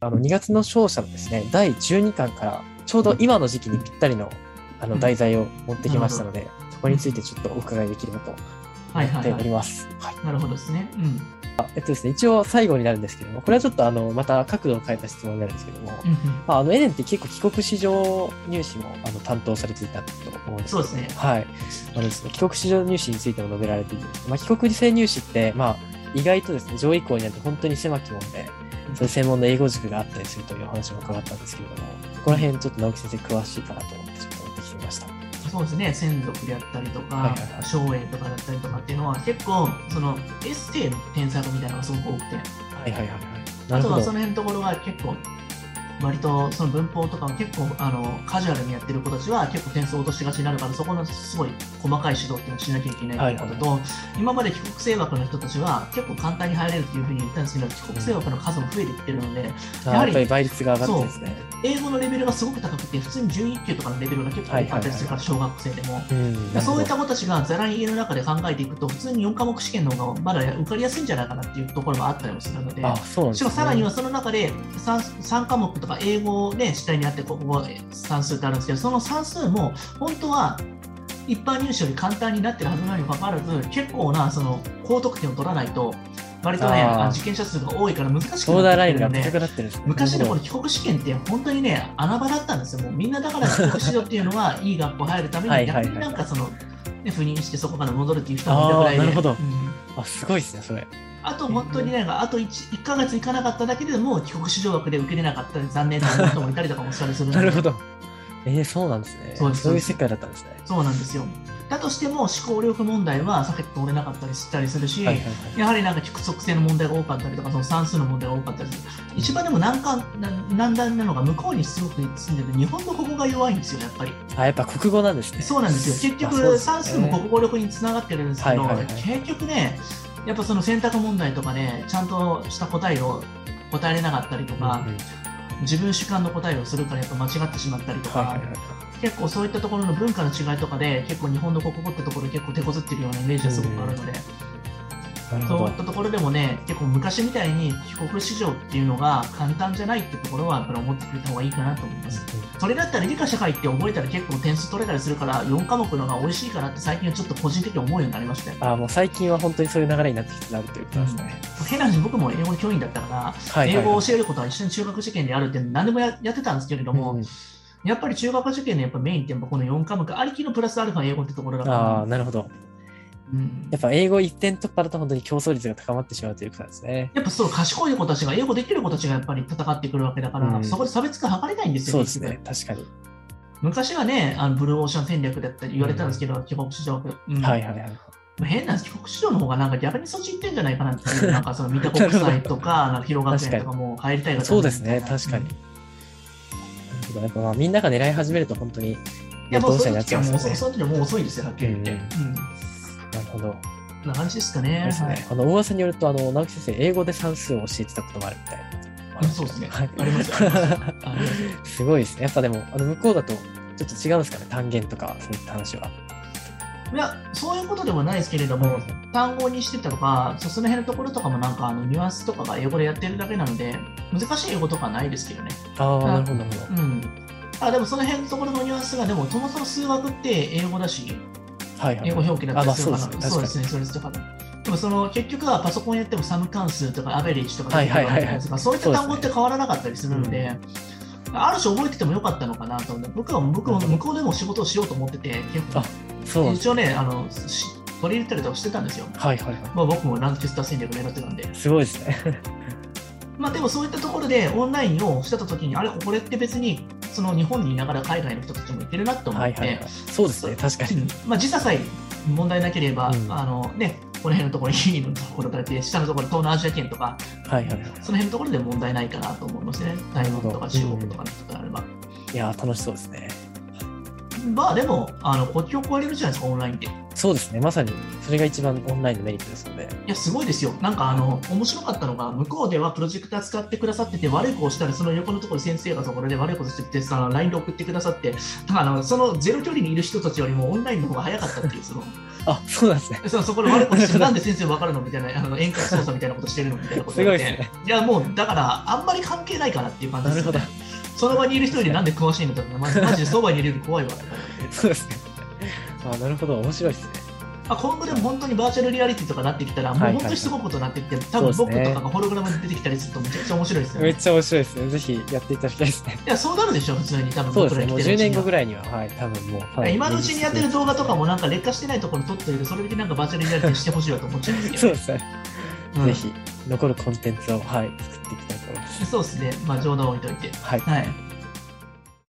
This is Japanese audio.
あの2月の勝者のですね、第12巻から、ちょうど今の時期にぴったりのあの題材を持ってきましたので、そこについてちょっとお伺いできればと思はいっはいておはりい。ます。はいなるほどですね。うん。えっとですね、一応最後になるんですけども、これはちょっとあのまた角度を変えた質問になるんですけども、うんうんまあ、あのエレンって結構帰国子女入試もあの担当されていたと思うんですそうですね。はい、あのですね、帰国子女入試についても述べられているんですけど、まあ、帰国生入試って、まあ、意外とですね上位校になって本当に狭き門でそれ専門の英語塾があったりするというお話も伺ったんですけれどもここら辺ちょっと直木先生詳しいかなと思ってちょっと持ってきてみました。そうですね。専属であったりとはいかはいは、い省エとかだったりとかっていうのは、結構、その、エッセイの添削みたいなのがすごく多くて、はいはいはいはい、なあるとほはどその辺のところは結構、割とその文法とかも結構あのカジュアルにやってる子たちは結構点数を落としがちになるからそこのすごい細かい指導っていうのをしなきゃいけないっていうことと、今まで帰国生枠の人たちは結構簡単に入れるっていうふうに言ったんですけど帰国生枠の数も増えてきてるのであーややはりっぱり倍率が上がってるんですね。英語のレベルがすごく高くて普通に11級とかのレベルが結構多かったりするから小学生でも。うん、なるほそういどった子たちがざらに家の中で考えていくと普通に4科目試験の方がまだ受かりやすいんじゃないかなっていうところもあったりもするのであそうなんですしかねもさらにはその中で 3, 三科目とか英語ね主体にあってここが算数ってあるんですけどその算数も本当は一般入試より簡単になってるはずなのにもかかわらず結構なその高得点を取らないと割とねあーあ受験者数が多いから難しくボーなダっーラてイくンるがん高くでなってるんですね。昔のこのなる帰国試験って本当にね穴場だったんですよもうみんなだから帰国子女っていうのはいい学校入るためはにいはいは逆いになんかその、ね、赴任してそこから戻るっていう人もいたぐらいであーなるほどうんほどあすごいですねそれ。あと本当になんかあと 1, 1ヶ月行かなかっただけでもう帰国子女枠で受けれなかったで残念な人もいたりとかもしたりするので なるほど。えー、そうなんですね。そうですそういう世界だったんですね。そうなんですよだとしても思考力問題は避けて通れなかったりしたりするし、はいはいはい。やはりなんか規則性の問題が多かったりとかその算数の問題が多かったりする一番でも難関な難題なのが向こうにすごく住んでて日本のここが弱いんですよやっぱりあ、やっぱ国語なんですね。そうなんですよ結あそう局ですね算数も国語力につながってるんですけど、はいはいはい結局ねやっぱその選択問題とかねちゃんとした答えを答えれなかったりとうんうんか、自分主観の答えをするからやっぱ間違ってしまったりとか、はいはいはい。結構そういったところの文化の違いとかで結構日本の国語ってところ結構手こずってるようなイメージがすごくあるので、なるほそうどいっ。たところでもね結構昔みたいに帰国市場っていうのが簡単じゃないってところはやっぱり思ってくれた方がいいかなと思います。それだったら理科社会って覚えたら結構点数取れたりするから4科目の方が美味しいかなって最近はちょっと個人的に思うようになりましたよあ、もう最近は本当にそういう流れになってきてなるということですね。変な話僕も英語教員だったからはい英はい語はをい。教えることは一緒に中学受験でやるって何でもややってたんですけれども、うんうんやっぱり中学受験のやっぱメインってやっぱこの4科目ありきのプラスアルファ英語ってところだかあらあ、、なるほど。うんやっぱ英語一点突破だと本当に競争率が高まってしまうということなんですね。やっぱそう賢い子たちが英語できる子たちがやっぱり戦ってくるわけだから、うんそこで差別化図れないんですよそうです結ね局。確かに。昔はねあのブルーオーシャン戦略だったり言われたんですけど、帰国子女、うんはいはいはい。変な話帰国子女の方がなんか逆にそっち行ってんじゃないかなっていうなんかその三田国際とかなんか広学園とかもう入りたい方そうですね確かにやっぱまあみんなが狙い始めると本当にいやもどううしたそのになっ時ちゃはうんもでうすそね。その時はもう遅いですよはっきり言って、うんなるほど。こんな感じですかねですはいね。あの大噂によるとあの直木先生英語で算数を教えてたこともあるみたいな。うんそうですねはいありますありますありますご いですね。やっぱでもあの向こうだとちょっと違うんですかね単元とかそういった話は。いや、そういうことではないですけれども、単語にしてたとか、そその辺のところとかもなんかあのニュアンスとかが英語でやってるだけなので、難しい英語とかはないですけどね。ああなるほどなるほうど。ん。あでもその辺のところのニュアンスが、でもそもそも数学って英語だし、はいはい。英語表記だったりするかあまあら、そうですねそうですね、それとかで。でもその結局はパソコンやってもサム関数とかアベレージとかはいはいはいはい出てくるわけじゃないですかそういった単語って変わらなかったりするので、そうですある種覚えててもよかったのかなと思って、僕は僕も向こうでも仕事をしようと思ってて、結構あそうなんです。一応ねあのし取り入れたりとかしてたんですよ、はいはいはい。まあ、僕もランチェスター戦略狙ってたんですごいで すね。まあでもそういったところでオンラインをしてた時にあれこれって別にその日本にいながら海外の人たちもいけるなと思はっいて、はいはい。そうですね確かに。うんまあ、時差さえ問題なければ、うんあのねこの辺のところにのところからって下のところ東南アジア圏とかはいはいはい。その辺のところで問題ないかなと思いますね台湾とか中国とかの人とあれば、いやー楽しそうですね。でまあでも、あの国境を越えれるじゃないですか、オンラインで。いそうですね、まさにそれが一番オンラインのメリットですので、や、すごいですよ。なんか、あの、面白かったのが、向こうではプロジェクター使ってくださってて、悪い子をしたら、その横のところで先生がそこで悪いことしてて、あの LINE で送ってくださって、だからあの、そのゼロ距離にいる人たちよりもオンラインの方が早かったっていう、その、 あそうなんですね、そのそこで悪いことしてる、なんで先生わかるのみたいな、あの遠隔操作みたいなことしてるのみたいなこすと言ごわいれでてすね。いや、もう、だから、あんまり関係ないからっていう感じなでるすほよどね。、その場にいる人よりなんで詳しいのだって、マ ジマジでそばにいるより怖いわ。そうですね。あなるほど、面白いですね。あ今後でも本当にバーチャルリアリティとかなってきたら、もはいう本当にすごいことになってきて、多そうで分す僕ねとかがホログラムで出てきたりするとめちゃくちゃ面白いですよめっね。ちゃ面白いですね。ぜひやっていただきたいですね。いや、そうなるでしょ、普通に、多分そうです僕らね、生もきうて10るうちに年は後ぐらいには、はい、多分もうかなり、今のうちにやってる動画とかもなんか劣化してないところに撮ってるそれだけなんかバーチャルリアリティしてほしいわと思っちゃうんです けどそうですね、うんぜひ残るコンテンツを、はい、作っていきたいと思います。 そうですねまあ冗談を置いといてはい。はい